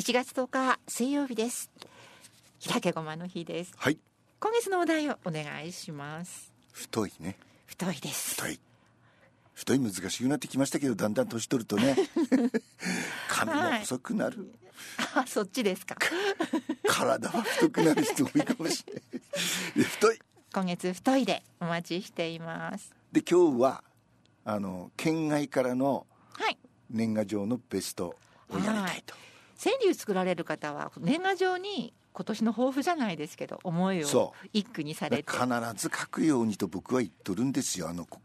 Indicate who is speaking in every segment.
Speaker 1: 1月10日水曜日です平家ごまの日です
Speaker 2: はい。
Speaker 1: 今月のお題をお願いします
Speaker 2: 太いね。
Speaker 1: 太いです
Speaker 2: 太い。太い難しくなってきましたけど、だんだん年取るとね。髪も細くなる。
Speaker 1: あ そっちですか
Speaker 2: 体は太くなる人多いかもしれない。で太い。
Speaker 1: 今月太いでお待ちしています
Speaker 2: で、今日は。あの県外からの
Speaker 1: はい
Speaker 2: 年賀状のベストをやりたいと。
Speaker 1: 川柳作られる方は年賀状に今年の抱負じゃないですけど思いを
Speaker 2: そ
Speaker 1: 一句にさ
Speaker 2: だ
Speaker 1: れて
Speaker 2: から必ず書くようにと僕は言っとるんですよ。あのこ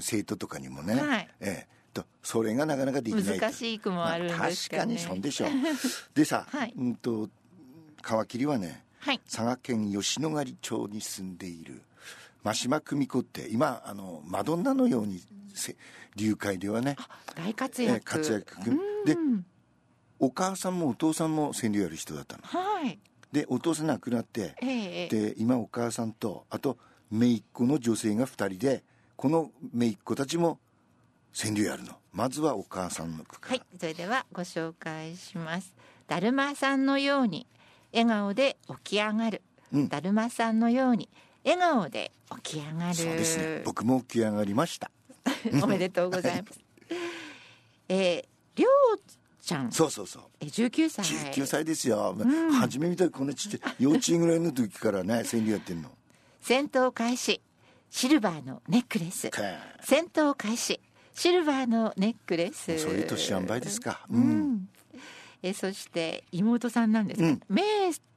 Speaker 2: 生徒とかにもね。
Speaker 1: はい
Speaker 2: ええ。とそれがなかなかできないと。
Speaker 1: 難しい句もあるんですけどね
Speaker 2: 確かにそんでし ょうでさ、
Speaker 1: はい
Speaker 2: うんと皮切りはね
Speaker 1: はい
Speaker 2: 佐賀県吉野ヶ里町に住んでいる真島久美子って今あのマドンナのようにせ流会ではね
Speaker 1: 大活
Speaker 2: え
Speaker 1: 躍
Speaker 2: ー活躍で
Speaker 1: うん
Speaker 2: お母さんもお父さんも川柳やる人だったの
Speaker 1: はい
Speaker 2: でお父さん亡くなって
Speaker 1: ええええ
Speaker 2: で今お母さんとあと姪っ子の女性が2人でこの姪っ子たちも川柳やるのまずはお母さんの句から、
Speaker 1: はい、それではご紹介します。だるまさんのように笑顔で起き上がる。
Speaker 2: うん
Speaker 1: だるまさんのように笑顔で起き上がる。
Speaker 2: そうですね僕も起き上がりました
Speaker 1: おめでとうござい ます。えー、りょうちゃん、
Speaker 2: そうそうそう
Speaker 1: え十九歳。
Speaker 2: 19歳ですよ、初めみたいにこんなちっちゃい幼稚園ぐらいの時からね川柳やってんの
Speaker 1: 戦闘開始。シルバーのネックレス。
Speaker 2: かー
Speaker 1: 戦闘開始。シルバーのネックレス。
Speaker 2: そういう年塩梅ですか、う
Speaker 1: うんん。えそして妹さんなんですが、
Speaker 2: うん
Speaker 1: めい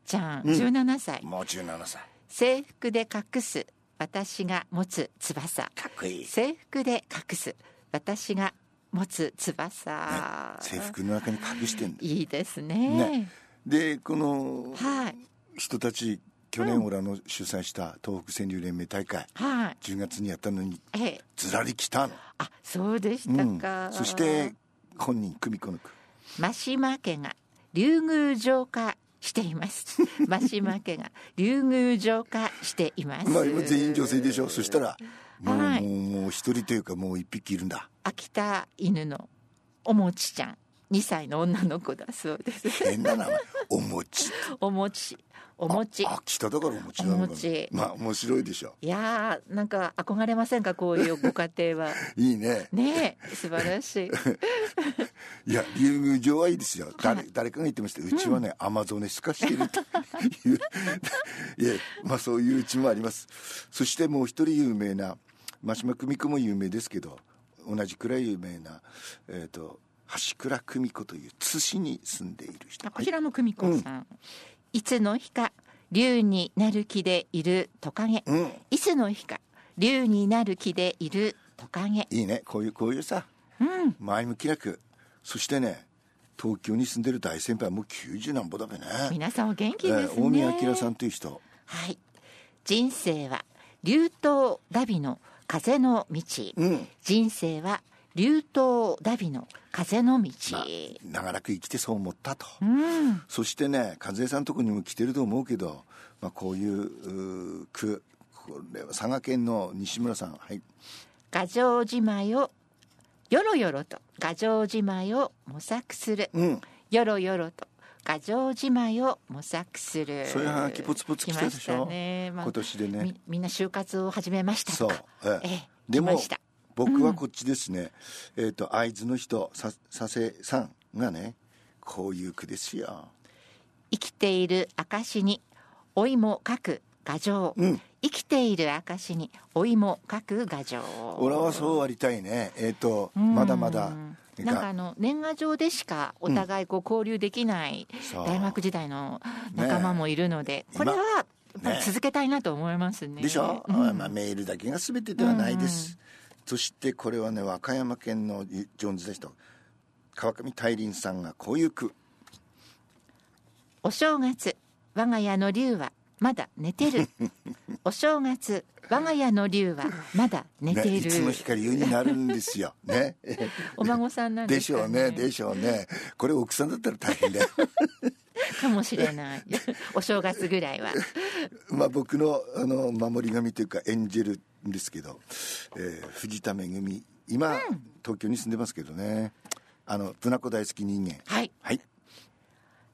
Speaker 1: ちゃん
Speaker 2: うん
Speaker 1: 十七歳。
Speaker 2: もう17歳
Speaker 1: 制服で隠す私が持つ翼
Speaker 2: かっこいい、ね、
Speaker 1: 制服で隠す私が持つ翼、
Speaker 2: 制服の中に隠してんだ
Speaker 1: いいですね
Speaker 2: ねでこの
Speaker 1: はい
Speaker 2: 人たち去年俺の主催した東北川柳連盟大会
Speaker 1: はい
Speaker 2: 10月にやったのに
Speaker 1: ええ
Speaker 2: ずらり来たの、
Speaker 1: あそうでし
Speaker 2: う
Speaker 1: た
Speaker 2: ん
Speaker 1: か、、
Speaker 2: そして本人久美子の句
Speaker 1: 真島家が竜宮城化しています 真島家が竜宮城化しています
Speaker 2: まあ今全員女性でしょそしたらもう,、
Speaker 1: はい
Speaker 2: もうもう一人というかもう一匹いるん だ
Speaker 1: 秋田犬のおもちちゃん2歳の女の子だそうです
Speaker 2: 変な名前お餅
Speaker 1: おもちおもち
Speaker 2: あ北だからお餅なの
Speaker 1: お
Speaker 2: かな
Speaker 1: 餅
Speaker 2: まあ面白いでしょ
Speaker 1: いやーなんか憧れませんかこういうご家庭は
Speaker 2: いいね
Speaker 1: ねえ素晴ら しい
Speaker 2: いや竜宮城はいいですよ誰誰かが言ってましたうちはね、アマゾネス化してる といういやまあそういううちもありますそしてもう一人有名な真島久美子も有名ですけど同じくらい有名なえっ、と橋倉久美子という津市に住んでいる人
Speaker 1: あこちらも久美子さん、いつの日か竜になる気でいるトカゲ、
Speaker 2: うん
Speaker 1: いつの日か竜になる気でいるトカゲ
Speaker 2: いいねこういうこういうさ、前向きなくそしてね東京に住んでる大先輩もう90何歩だべね
Speaker 1: 皆さんお元気です
Speaker 2: えー
Speaker 1: ね、
Speaker 2: 大宮明さんという人
Speaker 1: はい人生は竜頭ダビの風の道、
Speaker 2: うん
Speaker 1: 人生は竜頭ダビの風の道、
Speaker 2: 長らく生きてそう思ったと、
Speaker 1: うん
Speaker 2: そしてね和江さんとこにも来てると思うけど、まあ、こういううー区これは佐賀県の西村さんはい
Speaker 1: 牙城じまいをよろよろと牙城じまいを模索する、
Speaker 2: うん
Speaker 1: よろよろと牙城じまいを模索する
Speaker 2: そういうはがきポツポツ来たでしょ
Speaker 1: 来またねまあ
Speaker 2: 今年でね
Speaker 1: みみんな就活を始めました
Speaker 2: そう
Speaker 1: とか、
Speaker 2: ええ
Speaker 1: ええ
Speaker 2: で
Speaker 1: 来
Speaker 2: も
Speaker 1: ました
Speaker 2: 僕はこっちですね、えっ、と会津の人さ佐世さんがねこういう句ですよ
Speaker 1: 生きている証に老いも書く牙城、
Speaker 2: うん
Speaker 1: 生きている証に老いも書く牙城
Speaker 2: 俺はそうありたいねえっ、と
Speaker 1: うん
Speaker 2: まだまだ
Speaker 1: なんかあの年賀状でしかお互いこう交流できない
Speaker 2: そう
Speaker 1: 大学時代の仲間もいるので、これは
Speaker 2: 今
Speaker 1: やっぱり
Speaker 2: ね
Speaker 1: 続けたいなと思いますね。
Speaker 2: でしょ、
Speaker 1: うん
Speaker 2: まあ、メールだけが全てではないです、そしてこれはね和歌山県のジョーンズでした川上大林さんがこういう句
Speaker 1: お正月我が家の竜はまだ寝て る。お正月我が家の竜はまだ寝
Speaker 2: ね、
Speaker 1: て
Speaker 2: い
Speaker 1: る。
Speaker 2: つの日か理由になるんで すよね
Speaker 1: お孫さんなんで
Speaker 2: ですし
Speaker 1: か
Speaker 2: ょうねでしょうねこれ奥さんだったら大変だよ
Speaker 1: かもしれない。お正月ぐらいは。
Speaker 2: まあ僕のあの守り神というか演じるんですけど、えー藤田恵今、東京に住んでますけどねあの船子大好き人間
Speaker 1: はい。
Speaker 2: はい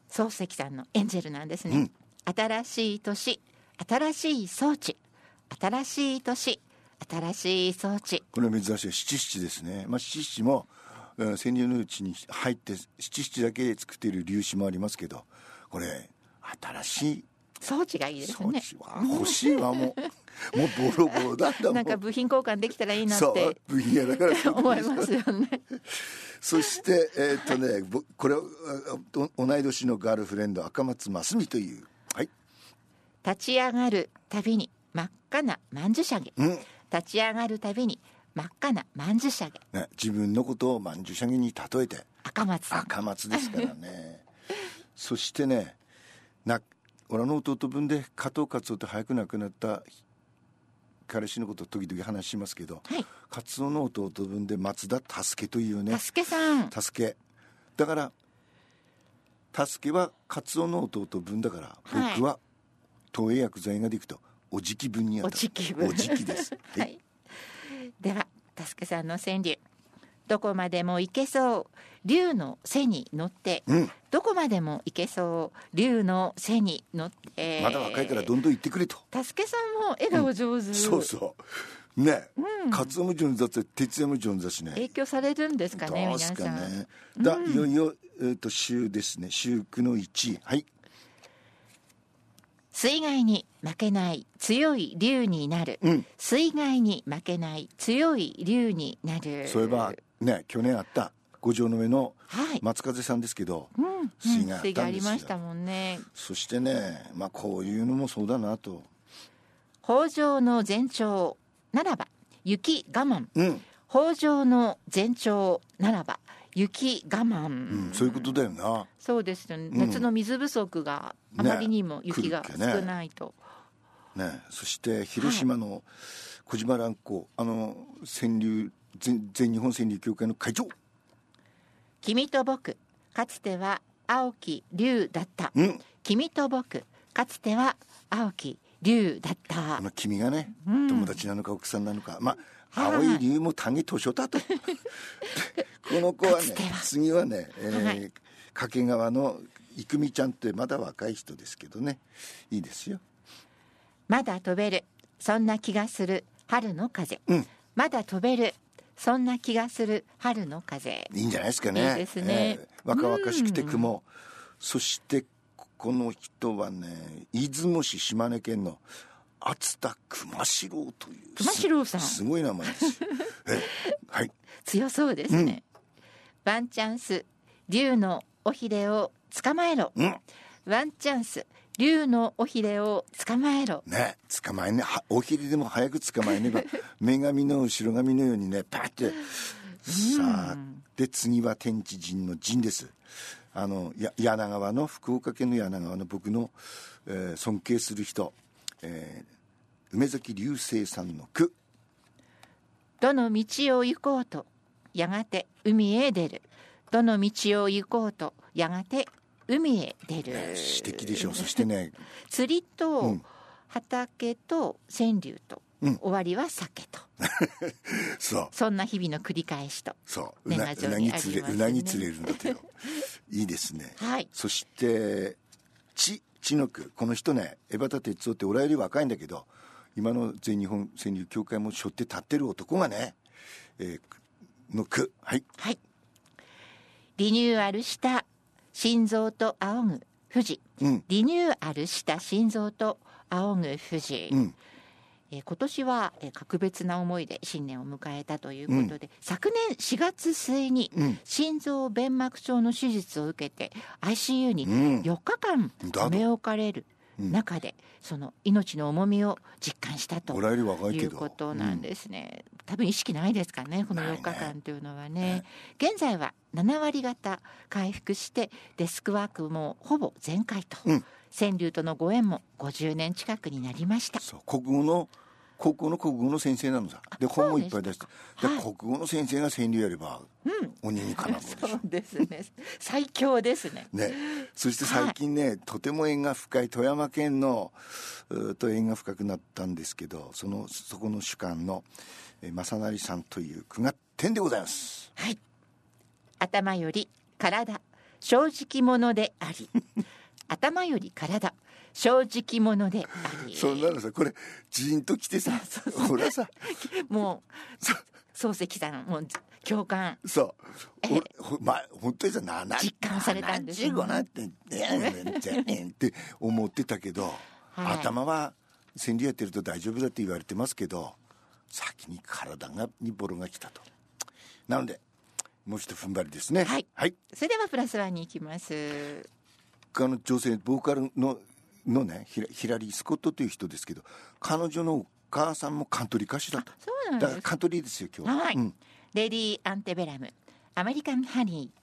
Speaker 1: 漱石さんのエンジェルなんですね、
Speaker 2: うん
Speaker 1: 新しい年新しい装置新しい年新しい装置
Speaker 2: これは珍しい七七ですね、まあ、七七もえー川柳のうちに入って七七だけ作っている粒子もありますけどこれ新しい
Speaker 1: 装置がいいです
Speaker 2: 装
Speaker 1: ね
Speaker 2: 置は欲しいわもう もうボロボロだったもん
Speaker 1: なんか部品交換できたらいいなっ
Speaker 2: そう
Speaker 1: て
Speaker 2: 分野だから そう
Speaker 1: 思いますよね
Speaker 2: そしてえーっとねぼこれああお同い年のガールフレンド赤松真澄というはい
Speaker 1: 立ち上がるたびに真っ赤なまんじゅしゃげ
Speaker 2: うん
Speaker 1: 立ち上がるたびに真っ赤なまんじゅしゃげ
Speaker 2: ね、自分のことをまんじゅしゃげに例えて
Speaker 1: 赤松さん
Speaker 2: 赤松ですから ねそしてねな俺の弟分で加藤勝夫って早く亡くなった彼氏のこと時々話しますけど、
Speaker 1: はい
Speaker 2: 勝夫の弟分で松田助というね
Speaker 1: 助さん
Speaker 2: 助だから助は勝夫の弟分だから、
Speaker 1: はい
Speaker 2: 僕は東映薬剤がでいくとおじき分にあ
Speaker 1: お
Speaker 2: たる
Speaker 1: じきぶ
Speaker 2: おじきです、
Speaker 1: は
Speaker 2: はい
Speaker 1: い。では、たすけさんの川柳。どこまでも行けそう。竜の背に乗って。
Speaker 2: うん、
Speaker 1: どこまでも行けそう。竜の背に乗って。
Speaker 2: まだ若いからどんどん言ってくれと、
Speaker 1: たすけさんも笑顔上手。
Speaker 2: そうそうね、カツオも上手だって徹夜も上手だしね
Speaker 1: 影響されるんですかね、
Speaker 2: どう
Speaker 1: 皆
Speaker 2: す
Speaker 1: さ
Speaker 2: か
Speaker 1: ん。
Speaker 2: ねだ、いよいよ、えー、と週ですね週9の1はい
Speaker 1: 水害に負けない強い竜になる。
Speaker 2: うん
Speaker 1: 水害に負けない強い竜になる。
Speaker 2: そういえばね去年あった五条の目の
Speaker 1: はい。
Speaker 2: 松風さんですけど、
Speaker 1: うん、
Speaker 2: 水害あったんですよ
Speaker 1: 水害ありましたもんね。
Speaker 2: そしてねまあこういうのもそうだなと
Speaker 1: 北条の前兆ならば雪我慢
Speaker 2: うん、
Speaker 1: 北条の前兆ならば雪我慢、
Speaker 2: うん、そういうことだよな
Speaker 1: そうですよね、
Speaker 2: ん
Speaker 1: 夏の水不足があまりにも雪が
Speaker 2: ね来るっけね
Speaker 1: 少ないと、
Speaker 2: ねそして広島の小島蘭子、あの川柳全全日本川柳協会の会長
Speaker 1: 君と僕かつては青き龍だった、
Speaker 2: うん
Speaker 1: 君と僕かつては青き龍だった
Speaker 2: この君がね、友達なのか奥さんなのかまあ
Speaker 1: はい
Speaker 2: 青い理由も単に図書 だとこの子はね
Speaker 1: かつては
Speaker 2: 次はね、えー
Speaker 1: はい
Speaker 2: 掛川の郁美ちゃんってまだ若い人ですけどねいいですよ
Speaker 1: まだ飛べるそんな気がする春の風、
Speaker 2: うん
Speaker 1: まだ飛べるそんな気がする春の風
Speaker 2: いいんじゃないですかね
Speaker 1: いいですね
Speaker 2: えー若々しくて雲、そしてここの人はね出雲市島根県の熱田熊四郎という
Speaker 1: 熊四郎さん
Speaker 2: すすごい名前ですよえーはい
Speaker 1: 強そうですね、ワンチャンス竜の尾ひれを捕まえろ
Speaker 2: うん
Speaker 1: ワンチャンス竜の尾ひれを捕まえろ
Speaker 2: ね捕まえねはお昼でも早く捕まえ ねば女神の後ろ髪のようにねパッてさあで次は天地人の人ですあのや柳川の福岡県の柳川の僕の、えー尊敬する人、えー梅崎流星さんの句
Speaker 1: どの道を行こうとやがて海へ出るどの道を行こうとやがて海へ出る、
Speaker 2: ね詩的でしょうそしてね
Speaker 1: 釣りと、
Speaker 2: うん
Speaker 1: 畑と川柳と、
Speaker 2: うん
Speaker 1: 終わりは酒と
Speaker 2: そう
Speaker 1: そんな日々の繰り返しと
Speaker 2: そうう
Speaker 1: 年
Speaker 2: な
Speaker 1: 賀
Speaker 2: う
Speaker 1: 状
Speaker 2: な
Speaker 1: に
Speaker 2: ぎ
Speaker 1: あり
Speaker 2: 釣れ
Speaker 1: ますね
Speaker 2: うなぎ釣れるんだけどいいですね
Speaker 1: はい
Speaker 2: そして「ち」「ちのく」この人ね江端哲夫って俺より若いんだけど今の全日本川柳協会も背負って立ってる男がね、えーの句はい
Speaker 1: はい。リニューアルした心臓と仰ぐ富士。
Speaker 2: うん
Speaker 1: リニューアルした心臓と仰ぐ富士。
Speaker 2: うん
Speaker 1: えー今年は、えー格別な思いで新年を迎えたということで、昨年4月末に
Speaker 2: うん
Speaker 1: 心臓弁膜症の手術を受けて ICU に
Speaker 2: うん
Speaker 1: 4日間
Speaker 2: だと
Speaker 1: 留め置かれる中で、その命の重みを実感したと
Speaker 2: 俺より若い
Speaker 1: い
Speaker 2: け
Speaker 1: う
Speaker 2: ど
Speaker 1: ことなんですね、多分意識ないですかねこの
Speaker 2: ない
Speaker 1: 4
Speaker 2: ね
Speaker 1: 日間というのはね現在は7割方回復してデスクワークもほぼ全開と、
Speaker 2: うん
Speaker 1: 川柳とのご縁も50年近くになりました
Speaker 2: そう国語の高校の国語の先生なのさで本もいっぱい出してで、
Speaker 1: はい
Speaker 2: 国語の先生が川柳やれば、鬼にかなうでしょ
Speaker 1: そうですね最強ですね
Speaker 2: ね、そして最近ね、とても縁が深い富山県のうーと縁が深くなったんですけどそのそこの主幹のえー正成さんという句が点でございます
Speaker 1: はい頭より体正直者であ り頭より体正直者であり
Speaker 2: そんなのさこれジーンときてさほらさ
Speaker 1: もう漱石さんもう共感
Speaker 2: さ俺ほまあ本当にさ7
Speaker 1: 実感されたんですね
Speaker 2: 75なんてねえねえって思ってたけど、
Speaker 1: はい
Speaker 2: 頭は千里やってると大丈夫だって言われてますけど先に体がにボロが来たとなのでもう一踏ん張りですね
Speaker 1: はい
Speaker 2: はい、
Speaker 1: それではプラスワンに行きます
Speaker 2: あの女性ボーカルののねヒラヒラリー・スコットという人ですけど彼女のお母さんもカントリー歌手だと
Speaker 1: そうなん
Speaker 2: だ
Speaker 1: で
Speaker 2: か
Speaker 1: す
Speaker 2: らカントリーですよ今日
Speaker 1: はい、
Speaker 2: うん
Speaker 1: レディー・アンテベラムアメリカン・ハニー